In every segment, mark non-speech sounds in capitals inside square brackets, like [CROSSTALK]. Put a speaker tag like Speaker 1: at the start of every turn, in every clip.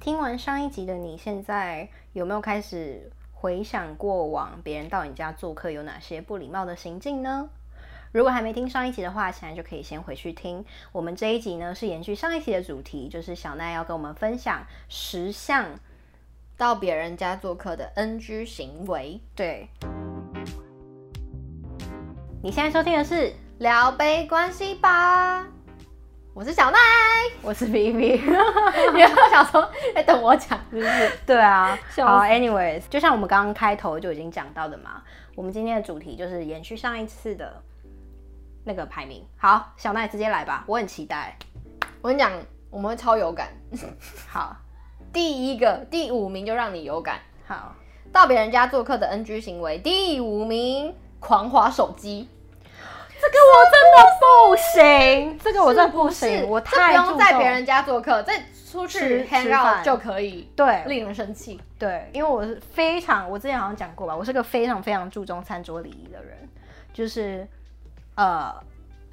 Speaker 1: 听完上一集的你，现在有没有开始回想过往别人到你家做客有哪些不礼貌的行径呢？如果还没听上一集的话，现在就可以先回去听。我们这一集呢是延续上一集的主题，就是小奈要跟我们分享十项
Speaker 2: 到别人家做客的 NG 行为。
Speaker 1: 对。你现在收听的是，
Speaker 2: 聊杯关系吧，我是
Speaker 1: [LAUGHS]
Speaker 2: 小奈。
Speaker 1: 我是 B B，
Speaker 2: 然后想说，哎、等我讲，
Speaker 1: 对啊，
Speaker 2: 笑
Speaker 1: 好，anyways，就像我们刚刚开头就已经讲到的嘛，我们今天的主题就是延续上一次的那个排名。好，小奈直接来吧，我很期待。
Speaker 2: 我跟你讲，我们会超有感。
Speaker 1: 好，
Speaker 2: 第一个，第五名就让你有感。
Speaker 1: 好，
Speaker 2: 到别人家做客的 NG 行为，第五名，狂划手机。
Speaker 1: 这个我真的不行，这个我真的不行，
Speaker 2: 是
Speaker 1: 我
Speaker 2: 这
Speaker 1: 太
Speaker 2: 不
Speaker 1: 注
Speaker 2: 用在
Speaker 1: 重
Speaker 2: 别人家做客，再出去
Speaker 1: 吃
Speaker 2: hang
Speaker 1: 吃
Speaker 2: out
Speaker 1: 饭
Speaker 2: 就可以，
Speaker 1: 对
Speaker 2: 令人生气。
Speaker 1: 对，因为我是非常，我之前好像讲过吧，我是个非常非常注重餐桌礼仪的人，就是呃。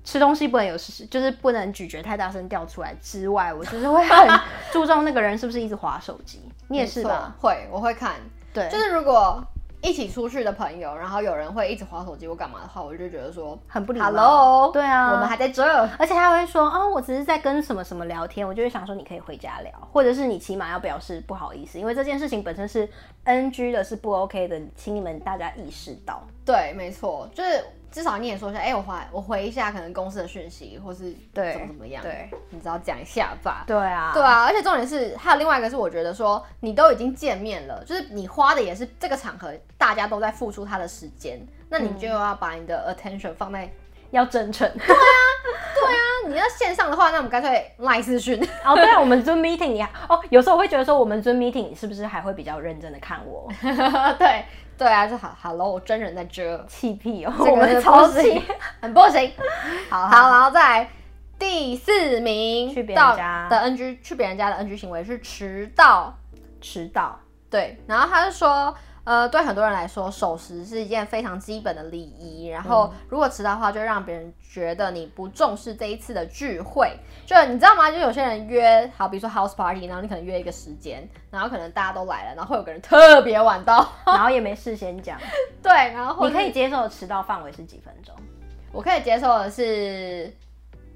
Speaker 1: 吃东西不能有事，就是不能咀嚼太大声掉出来之外，我就是会
Speaker 2: [LAUGHS]
Speaker 1: 很注重那个人是不是一直划手机。你也是吧？
Speaker 2: 没错？会，我会看。
Speaker 1: 对，
Speaker 2: 就是如果一起出去的朋友，然后有人会一直划手机或干嘛的话，我就觉得说
Speaker 1: 很不礼貌。
Speaker 2: ，Hello，
Speaker 1: 对啊，
Speaker 2: 我们还在这儿。
Speaker 1: 而且他会说，哦，我只是在跟什么什么聊天，我就会想说你可以回家聊，或者是你起码要表示不好意思，因为这件事情本身是 NG 的，是不 OK 的，请你们大家意识到。
Speaker 2: 对，没错，就是至少你也说一下，哎、我回我回一下可能公司的讯息，或是
Speaker 1: 对
Speaker 2: 怎么怎么样，
Speaker 1: 对，
Speaker 2: 你只要讲一下吧。
Speaker 1: 对啊，
Speaker 2: 对啊，而且重点是，还有另外一个是，我觉得说你都已经见面了，就是你花的也是这个场合，大家都在付出他的时间，那你就要把你的 attention 放在。
Speaker 1: 要真诚。
Speaker 2: 那你要线上的话，那我们干脆赖视讯。
Speaker 1: 哦，对啊，我们 Zoom meeting 你哦，有时候我会觉得说，我们 Zoom meeting 你是不是还会比较认真的看我？
Speaker 2: [LAUGHS] 对对啊，就好，Hello，我真人在这，
Speaker 1: 气屁
Speaker 2: [LAUGHS]
Speaker 1: 哦，
Speaker 2: 这个
Speaker 1: 我
Speaker 2: 是
Speaker 1: 们
Speaker 2: 不
Speaker 1: 超 [LAUGHS]
Speaker 2: 行
Speaker 1: 气。
Speaker 2: 很不行。
Speaker 1: 好
Speaker 2: 好，然后再来第四名，
Speaker 1: 去别人家
Speaker 2: 到的 NG，去别人家的 NG 行为是迟到。
Speaker 1: 迟到，
Speaker 2: 对，然后他就说，呃，对很多人来说，守时是一件非常基本的礼仪。然后如果迟到的话，就让别人觉得你不重视这一次的聚会。就你知道吗？就有些人约，好，比如说 house party，然后你可能约一个时间，然后可能大家都来了，然后会有个人特别晚到。 [LAUGHS]
Speaker 1: 然后也没事先讲。
Speaker 2: 对，然后或
Speaker 1: 你
Speaker 2: 者
Speaker 1: 可
Speaker 2: 是
Speaker 1: 以接受的迟到范围是几分钟？
Speaker 2: 我可以接受的是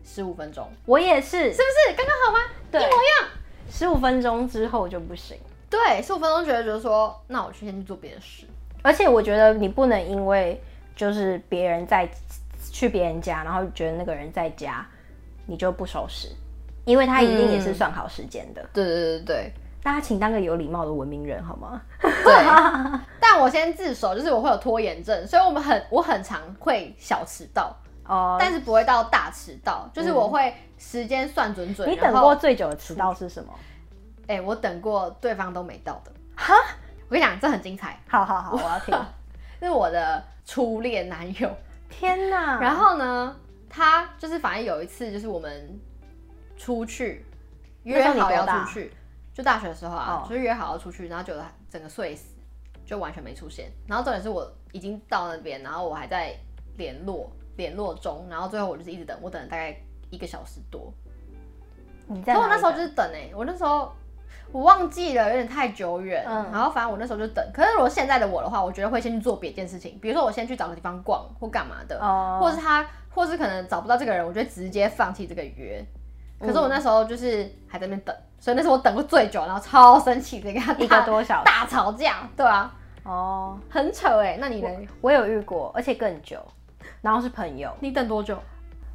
Speaker 2: 十五分钟，
Speaker 1: 我也是
Speaker 2: 是，不是刚刚好吗？
Speaker 1: 对
Speaker 2: 一模一样。
Speaker 1: 十五分钟之后就不行。
Speaker 2: 对，十五分钟觉得觉得说，那我去先去做别的事。
Speaker 1: 而且我觉得你不能因为就是别人在去别人家，然后觉得那个人在家，你就不收拾，因为他一定也
Speaker 2: 嗯
Speaker 1: 是算好时间的。
Speaker 2: 对对对
Speaker 1: 大家请当个有礼貌的文明人好吗？
Speaker 2: 对 [LAUGHS] 对。但我先自首，就是我会有拖延症，所以我们很我很常会小迟到，
Speaker 1: 哦、
Speaker 2: 但是不会到大迟到，就是我会时间算准准。
Speaker 1: 你等
Speaker 2: 然
Speaker 1: 过
Speaker 2: 后？
Speaker 1: 最久的迟到是什么？
Speaker 2: 哎、我等过对方都没到的。哈，我跟你讲，这很精彩，
Speaker 1: 好好好，我要
Speaker 2: [LAUGHS]
Speaker 1: 听。
Speaker 2: 这是我的初恋男友。
Speaker 1: 天哪！
Speaker 2: 然后呢，他就是反正有一次就是我们出去
Speaker 1: 那时
Speaker 2: 约
Speaker 1: 候你
Speaker 2: 好要
Speaker 1: 多大
Speaker 2: 出去，就大学的时候啊，
Speaker 1: 哦
Speaker 2: 就是约好要出去，然后结果他整个睡死，就完全没出现。然后重点是我已经到那边，然后我还在联络联络中，然后最后我就是一直等，我等了大概一个小时多。
Speaker 1: 你在
Speaker 2: 可
Speaker 1: 哪
Speaker 2: 我
Speaker 1: 里
Speaker 2: 那时候就是等哎、我那时候。我忘记了，有点太久远。
Speaker 1: 嗯
Speaker 2: 然后反正我那时候就等。可是如果现在的我的话，我觉得会先去做别件事情，比如说我先去找个地方逛或干嘛的。
Speaker 1: 哦，
Speaker 2: 或是他，或是可能找不到这个人，我就会直接放弃这个约。可是我那时候就是还在那边等，所以那是我等过最久，然后超生气的跟他
Speaker 1: 一个
Speaker 2: 大
Speaker 1: 多小时
Speaker 2: 大吵架，对啊，
Speaker 1: 哦，
Speaker 2: 很扯哎、那你呢？
Speaker 1: 我有遇过，而且更久，然后是朋友。
Speaker 2: 你等多久？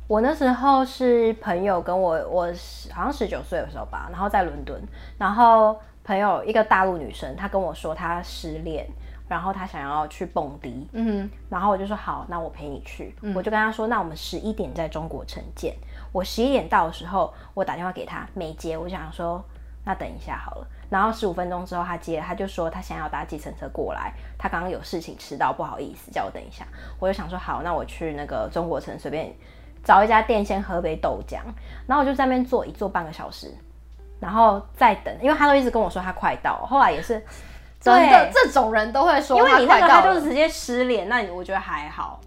Speaker 1: 我那时候是朋友跟我，我十好像十九岁的时候吧，然后在伦敦，然后朋友一个大陆女生，她跟我说她失恋，然后她想要去蹦迪，
Speaker 2: 嗯
Speaker 1: 然后我就说好，那我陪你去，我就跟她说，那我们十一点在中国城见。我十一点到的时候，我打电话给她没接，我想说那等一下好了。然后十五分钟之后她接了，她就说她想要搭计程车过来，她刚刚有事情迟到，不好意思，叫我等一下。我就想说好，那我去那个中国城随便找一家店先喝杯豆浆，然后我就在那边坐一坐半个小时，然后再等，因为他都一直跟我说他快到，后来也是
Speaker 2: 真的
Speaker 1: 对，
Speaker 2: 这种人都会说
Speaker 1: 因为你那
Speaker 2: 快
Speaker 1: 个他
Speaker 2: 到
Speaker 1: 就
Speaker 2: 了，
Speaker 1: 直接失联，那你我觉得还好，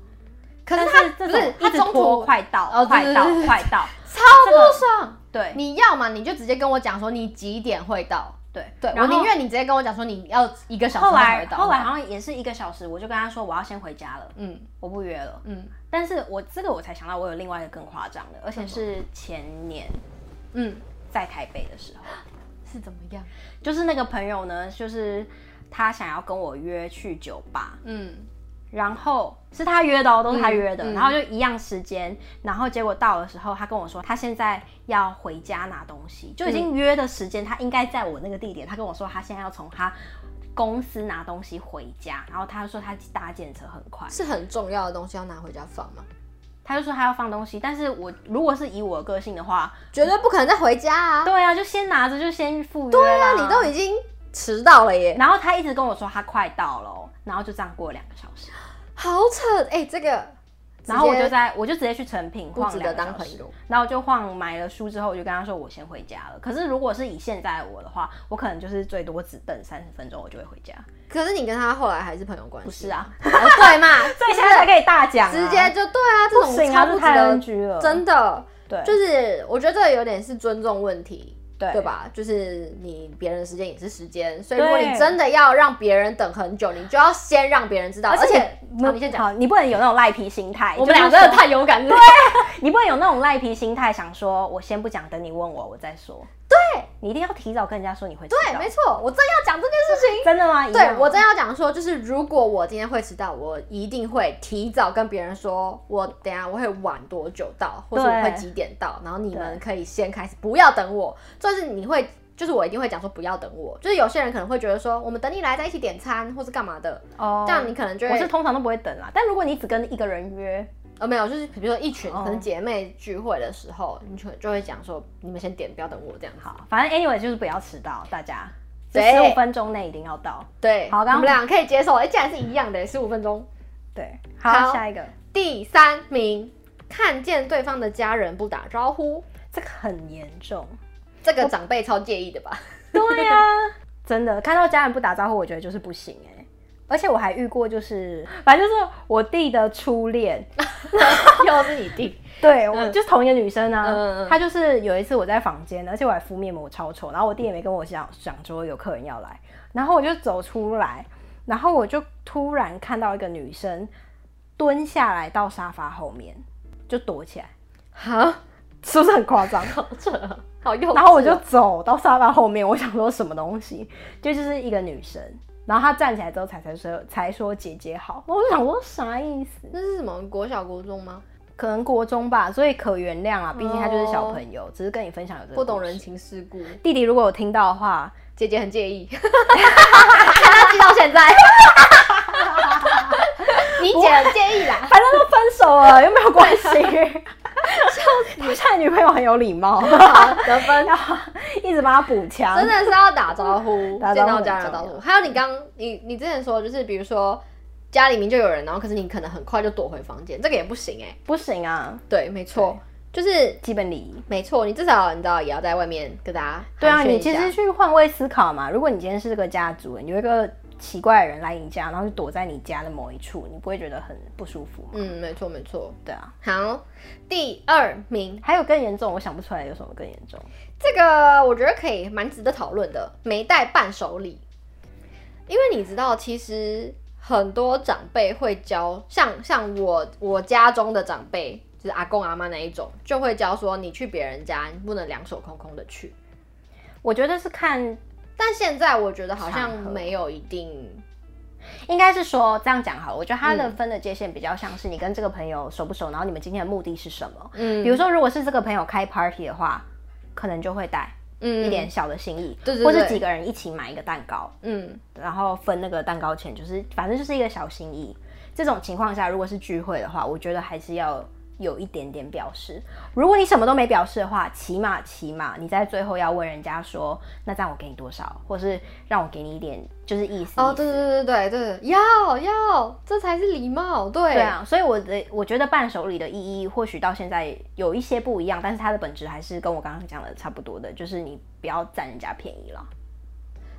Speaker 2: 可
Speaker 1: 但
Speaker 2: 是
Speaker 1: 是
Speaker 2: 他
Speaker 1: 这
Speaker 2: 不
Speaker 1: 种
Speaker 2: 是
Speaker 1: 一
Speaker 2: 他
Speaker 1: 直
Speaker 2: 中
Speaker 1: 拖
Speaker 2: 途
Speaker 1: 快到，
Speaker 2: 哦对
Speaker 1: 快
Speaker 2: 对
Speaker 1: 到
Speaker 2: 对对，对
Speaker 1: 快到，
Speaker 2: 超不爽。
Speaker 1: 对，
Speaker 2: 你要嘛你就直接跟我讲说你几点会到，
Speaker 1: 对
Speaker 2: 对我
Speaker 1: 然后
Speaker 2: 宁愿你直接跟我讲说你要一个小时
Speaker 1: 后
Speaker 2: 才
Speaker 1: 来
Speaker 2: 会到
Speaker 1: 后来好像也是一个小时，我就跟他说我要先回家了，
Speaker 2: 嗯
Speaker 1: 我不约了。
Speaker 2: 嗯
Speaker 1: 但是我这个我才想到，我有另外一个更夸张的，而且是前年
Speaker 2: 嗯
Speaker 1: 在台北的时候，
Speaker 2: 是怎么样？
Speaker 1: 就是那个朋友呢，就是他想要跟我约去酒吧，
Speaker 2: 嗯
Speaker 1: 然后是他约的哦，都是他约的，
Speaker 2: 嗯嗯
Speaker 1: 然后就一样时间，然后结果到的时候，他跟我说他现在要回家拿东西，就已
Speaker 2: 嗯
Speaker 1: 经约的时间，他应该在我那个地点，他跟我说他现在要从他公司拿东西回家，然后他说他搭检车很快，
Speaker 2: 是很重要的东西要拿回家放吗？
Speaker 1: 他就说他要放东西，但是我如果是以我的个性的话，
Speaker 2: 绝对不可能再回家啊！
Speaker 1: 对啊，就先拿着就先赴约对
Speaker 2: 那你都已经迟到了耶，
Speaker 1: 然后他一直跟我说他快到了哦，然后就这样过了两个小时，
Speaker 2: 好扯哎、这个，
Speaker 1: 然后我就
Speaker 2: 直接
Speaker 1: 在我就直接去成品
Speaker 2: 不
Speaker 1: 晃
Speaker 2: 值
Speaker 1: 两
Speaker 2: 得
Speaker 1: 个小
Speaker 2: 当
Speaker 1: 时
Speaker 2: 朋友。
Speaker 1: 然后我就晃买了书之后，我就跟他说我先回家了。可是如果是以现在的我的话，我可能就是最多只等三十分钟，我就会回家。
Speaker 2: 可是你跟他后来还是朋友关系？
Speaker 1: 不是啊，
Speaker 2: 啊，对
Speaker 1: [LAUGHS]
Speaker 2: 嘛？
Speaker 1: 所以现在才可以大讲、啊，
Speaker 2: 直接就对啊，这
Speaker 1: 不
Speaker 2: 种
Speaker 1: 行
Speaker 2: 超
Speaker 1: 啊，
Speaker 2: 不
Speaker 1: 这
Speaker 2: 值
Speaker 1: 太 NG
Speaker 2: 得，
Speaker 1: 了，
Speaker 2: 真的。
Speaker 1: 对，
Speaker 2: 就是我觉得这个有点是尊重问题，
Speaker 1: 对
Speaker 2: 对？吧？就是你别人的时间也是时间，所以如果
Speaker 1: 对
Speaker 2: 你真的要让别人等很久，你就要先让别人知道。而且，
Speaker 1: 没
Speaker 2: 好
Speaker 1: 有
Speaker 2: 你先讲，
Speaker 1: 好，你不能有那种赖皮心态。
Speaker 2: 我们
Speaker 1: 就
Speaker 2: 俩
Speaker 1: 是
Speaker 2: 真
Speaker 1: 说
Speaker 2: 的太有感了。
Speaker 1: 你不能有那种赖皮心态，想说我先不讲，等你问我我再说。对，你一定要提早跟人家说你会迟
Speaker 2: 对，
Speaker 1: 到
Speaker 2: 没错，我正要讲这件事情。
Speaker 1: 真的吗？一样
Speaker 2: 对我正要讲说，就是如果我今天会迟到，我一定会提早跟别人说，我等一下我会晚多久到，或者
Speaker 1: 对
Speaker 2: 我会几点到，然后你们
Speaker 1: 对
Speaker 2: 可以先开始，不要等我。就是你会，就是我一定会讲说不要等我。就是有些人可能会觉得说，我们等你来再一起点餐，或是干嘛的，
Speaker 1: 哦
Speaker 2: 这样你可能就
Speaker 1: 我
Speaker 2: 会
Speaker 1: 是通常都不会等啦，但如果你只跟一个人约，
Speaker 2: 呃没有，就是比如说一群
Speaker 1: 哦
Speaker 2: 可能姐妹聚会的时候，你就就会讲说，你们先点，不要等我这样。好，
Speaker 1: 好，反正 anyway 就是不要迟到，大家
Speaker 2: 对
Speaker 1: 十五分钟内一定要到。
Speaker 2: 对，
Speaker 1: 好刚
Speaker 2: 我们俩可以接受，哎、竟然是一样的，十五分钟。
Speaker 1: 对，
Speaker 2: 好
Speaker 1: 好，下一个，
Speaker 2: 第三名，看见对方的家人不打招呼，
Speaker 1: 这个很严重。
Speaker 2: 这个长辈超介意的吧？
Speaker 1: 对呀、真的看到家人不打招呼，我觉得就是不行哎、而且我还遇过，就是反正就是我弟的初恋，
Speaker 2: 哦 [LAUGHS] 又是你 [LAUGHS] 弟，
Speaker 1: 对我就是同一个女生啊，
Speaker 2: 嗯嗯嗯嗯
Speaker 1: 她就是有一次我在房间，而且我还敷面膜超丑，然后我弟也没跟我讲讲说有客人要来，然后我就走出来，然后我就突然看到一个女生蹲下来到沙发后面就躲起来，
Speaker 2: 哈，
Speaker 1: 是不是很夸张？
Speaker 2: 好扯哦，好幼稚哦。
Speaker 1: 然后我就走到沙发后面，我想说什么东西，就就是一个女生，然后她站起来之后才才说才说姐姐好，我就想说啥意思？
Speaker 2: 那是什么国小国中吗？
Speaker 1: 可能国中吧，所以可原谅啊，毕竟她就是小朋友，只是跟你分享有这个
Speaker 2: 哦不懂
Speaker 1: 故事
Speaker 2: 人。情世故，
Speaker 1: 弟弟如果有听到的话，
Speaker 2: 姐姐很介意，他记到现在。 [LAUGHS] 你姐很介意啦，
Speaker 1: 反正都分手了，又没有关 [LAUGHS] 系。笑死！现在女朋友很有礼 [LAUGHS] 貌，
Speaker 2: [LAUGHS] 好得分，
Speaker 1: 要一直帮她补强。
Speaker 2: 真的是要打招呼，
Speaker 1: 打
Speaker 2: 见
Speaker 1: 招呼
Speaker 2: 到家人要打招
Speaker 1: 很重
Speaker 2: 呼。
Speaker 1: 要
Speaker 2: 还有你刚你你之前说，就是比如说家里面就有人，然后可是你可能很快就躲回房间，这个也不行哎、
Speaker 1: 不行啊，
Speaker 2: 对，没错，就是
Speaker 1: 基本礼仪。
Speaker 2: 没错，你至少你知道也要在外面跟大家
Speaker 1: 对啊，
Speaker 2: 寒暄
Speaker 1: 你
Speaker 2: 一下
Speaker 1: 其实去换位思考嘛。如果你今天是这个家族，有一个奇怪的人来你家，然后就躲在你家的某一处，你不会觉得很不舒服吗？
Speaker 2: 嗯，没错没错。
Speaker 1: 对啊，
Speaker 2: 好，第二名，
Speaker 1: 还有更严重，我想不出来有什么更严重。
Speaker 2: 这个我觉得可以蛮值得讨论的，没带伴手礼，因为你知道，其实很多长辈会教，像像我我家中的长辈，就是阿公阿妈那一种，就会教说你去别人家，你不能两手空空的去。
Speaker 1: 我觉得是看，
Speaker 2: 但现在我觉得好像
Speaker 1: 场合
Speaker 2: 没有一定
Speaker 1: 应该是说这样讲好了。我觉得他的分的界限比较像是你跟这个朋友熟不熟，然后你们今天的目的是什么。
Speaker 2: 嗯
Speaker 1: 比如说，如果是这个朋友开 party 的话，可能就会带
Speaker 2: 嗯
Speaker 1: 一点小的心意，
Speaker 2: 对对对
Speaker 1: 或是几个人一起买一个蛋糕，
Speaker 2: 嗯
Speaker 1: 然后分那个蛋糕钱，就是反正就是一个小心意。这种情况下，如果是聚会的话，我觉得还是要有一点点表示。如果你什么都没表示的话，起码起码你在最后要问人家说，那这样我给你多少，或是让我给你一点就是意思。
Speaker 2: 哦，
Speaker 1: 意思
Speaker 2: 对对对对对对，要要，这才是礼貌，对
Speaker 1: 对啊，所以我的我觉得伴手礼的意义或许到现在有一些不一样，但是它的本质还是跟我刚刚讲的差不多的，就是你不要占人家便宜了。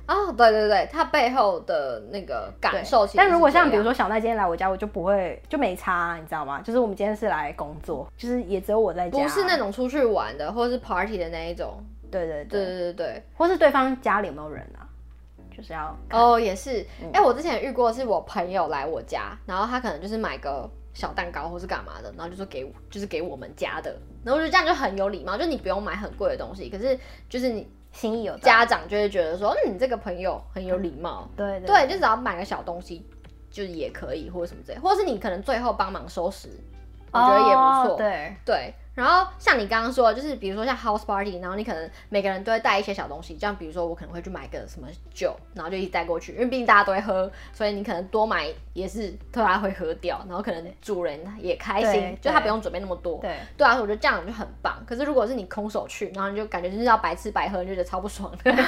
Speaker 2: 哦，对对对，它背后的那个感受其实是这样，
Speaker 1: 但如果像比如说小奈今天来我家，我就不会就没差啊、你知道吗？就是我们今天是来工作，就是也只有我在家，
Speaker 2: 不是那种出去玩的或是 party 的那一种，
Speaker 1: 对对对，
Speaker 2: 对对对对，
Speaker 1: 或是对方家里有没有人啊，就是要
Speaker 2: 哦，也是。
Speaker 1: 嗯
Speaker 2: 哎、我之前遇过，是我朋友来我家，然后他可能就是买个小蛋糕或是干嘛的，然后就说给我，就是给我们家的。然后我觉得这样就很有礼貌，就你不用买很贵的东西，可是就是你
Speaker 1: 心意有到
Speaker 2: 家长就会觉得说，嗯，你这个朋友很有礼貌。
Speaker 1: 对对
Speaker 2: 对，就只要买个小东西，就是也可以，或者什么之类，或者是你可能最后帮忙收拾，我觉得也不错。
Speaker 1: 哦对，
Speaker 2: 对，然后像你刚刚说的，就是比如说像 house party，然后你可能每个人都会带一些小东西，这样比如说我可能会去买个什么酒，然后就一直带过去，因为毕竟大家都会喝，所以你可能多买也是大家会喝掉，然后可能主人也开心
Speaker 1: 对，
Speaker 2: 就他
Speaker 1: 对
Speaker 2: 不用准备那么多。
Speaker 1: 对
Speaker 2: 对啊，我觉得这样就很棒。可是如果是你空手去，然后你就感觉就是要白吃白喝，你就觉得超不爽的。 [LAUGHS] 对啊，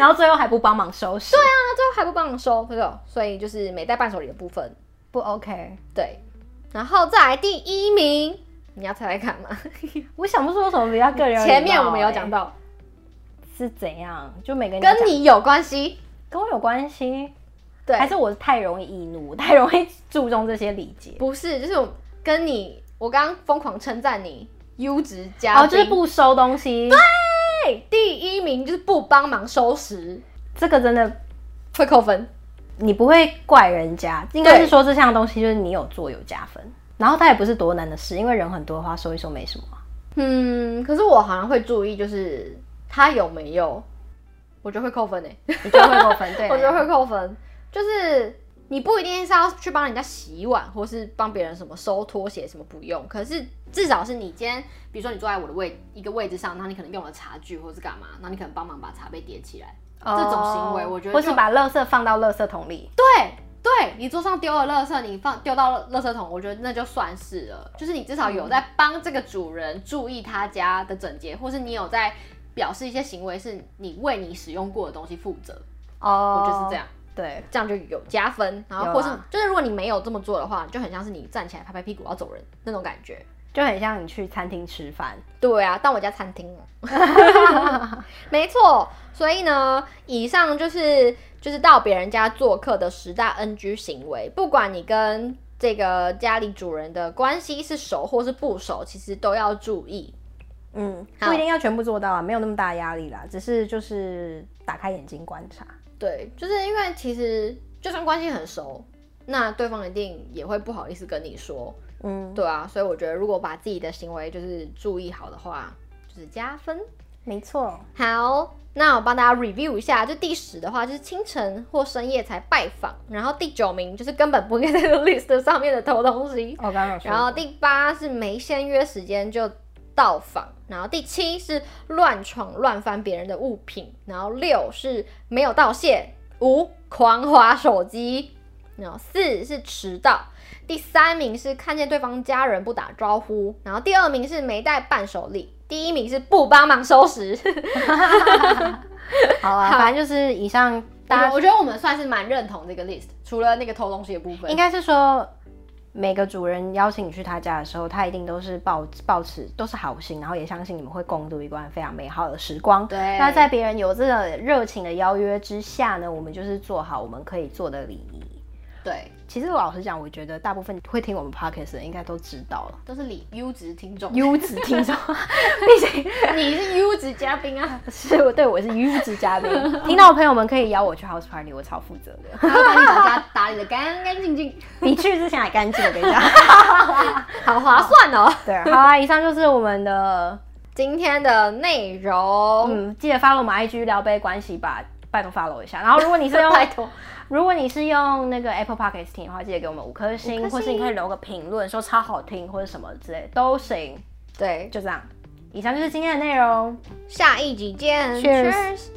Speaker 1: 然后最后还不帮忙收拾，对啊，
Speaker 2: 那最后还不帮忙收，对哦所以就是没带伴手礼的部分，
Speaker 1: 不 OK。
Speaker 2: 对。然后再来第一名，你要猜猜看吗？
Speaker 1: 我想不出有什么比较个
Speaker 2: [LAUGHS]
Speaker 1: 人有礼貌欸、哎
Speaker 2: 前面我们有讲到，
Speaker 1: 是怎样，就每个人欸讲
Speaker 2: 跟你有关系。
Speaker 1: 跟我有关系，
Speaker 2: 对，
Speaker 1: 还是我太容易易怒，我太容易注重这些礼节，
Speaker 2: 不是？就是我跟你，我刚刚疯狂称赞你优质
Speaker 1: 哦，
Speaker 2: 嘉宾，
Speaker 1: 就是不收东西，对，
Speaker 2: 对第一名就是不帮忙收拾
Speaker 1: 这个真的
Speaker 2: 会扣分。
Speaker 1: 你不会怪人家，应该是说这项东西就是你有做有加分，然后它也不是多难的事，因为人很多的话收一收没什么啊。
Speaker 2: 嗯，可是我好像会注意，就是他有没有，我觉得会扣分欸诶、
Speaker 1: 你就会过分，对
Speaker 2: [LAUGHS] 我觉得会扣分，就是。你不一定是要去帮人家洗碗，或是帮别人什么收拖鞋什么不用，可是至少是你今天，比如说你坐在我的位一个位置上，然后你可能用了茶具或是干嘛，然后你可能帮忙把茶杯叠起来，这种行为我觉得
Speaker 1: 哦或
Speaker 2: 就是
Speaker 1: 把垃圾放到垃圾桶里，
Speaker 2: 对对，你桌上丢了垃圾，你放丢到垃圾桶，我觉得那就算是了，就是你至少
Speaker 1: 嗯
Speaker 2: 有在帮这个主人注意他家的整洁，或是你有在表示一些行为是你为你使用过的东西负责，
Speaker 1: 哦
Speaker 2: 我觉得是这样。
Speaker 1: 对，
Speaker 2: 这样就有加分，然
Speaker 1: 有
Speaker 2: 后
Speaker 1: 啊
Speaker 2: 或是就是如果你没有这么做的话，就很像是你站起来拍拍屁股要走人那种感觉。
Speaker 1: 就很像你去餐厅吃饭，
Speaker 2: 对啊，当我家餐厅哦。
Speaker 1: [LAUGHS]
Speaker 2: 没错，所以呢，以上就是就是到别人家做客的十大 NG 行为，不管你跟这个家里主人的关系是熟或是不熟，其实都要注意。
Speaker 1: 嗯，
Speaker 2: 好
Speaker 1: 不一定要全部做到啊，没有那么大压力啦，只是就是打开眼睛观察，
Speaker 2: 对，就是因为其实就算关系很熟，那对方一定也会不好意思跟你说，
Speaker 1: 嗯，
Speaker 2: 对啊，所以我觉得如果把自己的行为就是注意好的话，就是加分。
Speaker 1: 没错，
Speaker 2: 好，那我帮大家 review 一下，就第十的话就是清晨或深夜才拜访，然后第九名就是根本不应该在这个 [LAUGHS] list 上面的偷东西，
Speaker 1: 我刚刚有说，
Speaker 2: 然后第八是没先约时间就到访，然后第七是乱闯乱翻别人的物品，然后六是没有道谢，五狂划手机，然后四是迟到。第三名是看见对方家人不打招呼，然后第二名是没带伴手礼，第一名是不帮忙收拾。
Speaker 1: 好啊，
Speaker 2: 好
Speaker 1: 反正就是以上大
Speaker 2: [LAUGHS] 大
Speaker 1: 家
Speaker 2: 我觉得我们算是蛮认同这个 list，除了那个偷东西的部分，
Speaker 1: 应该是说。每个主人邀请你去他家的时候，他一定都是抱抱持都是好心，然后也相信你们会共度一段非常美好的时光。
Speaker 2: 对
Speaker 1: 那在别人有这个热情的邀约之下呢，我们就是做好我们可以做的礼仪。
Speaker 2: [LAUGHS] 对，
Speaker 1: 其实我老实讲，我觉得大部分会听我们 podcast 的人应该都知道了。
Speaker 2: 都是 [LAUGHS] 你优质听众，
Speaker 1: 优质听众， [LAUGHS] 毕竟
Speaker 2: 你是优质嘉宾啊。
Speaker 1: 是我对我是优质嘉
Speaker 2: [LAUGHS]
Speaker 1: 宾。听到的朋友们可以邀我去 house party，我超负责的，
Speaker 2: 然后帮你把家打理的干干净净，
Speaker 1: 比去之前还干净。我跟你讲，
Speaker 2: [LAUGHS] 好划算哦。
Speaker 1: 对， [LAUGHS] 好啊，以上就是我们的，
Speaker 2: 今天的内容，
Speaker 1: 嗯，记得 follow 我们 IG 聊杯关系吧，拜托 follow 一下。然后如果你是用
Speaker 2: 拜托，
Speaker 1: [LAUGHS] 如果你是用那个 Apple Podcast 听的话，记得给我们五颗星，
Speaker 2: 五颗星
Speaker 1: 或是你可以留个评论说超好听或者什么之类都行，
Speaker 2: 对，
Speaker 1: 就这样。以上就是今天的内容。
Speaker 2: 下一集见
Speaker 1: Cheers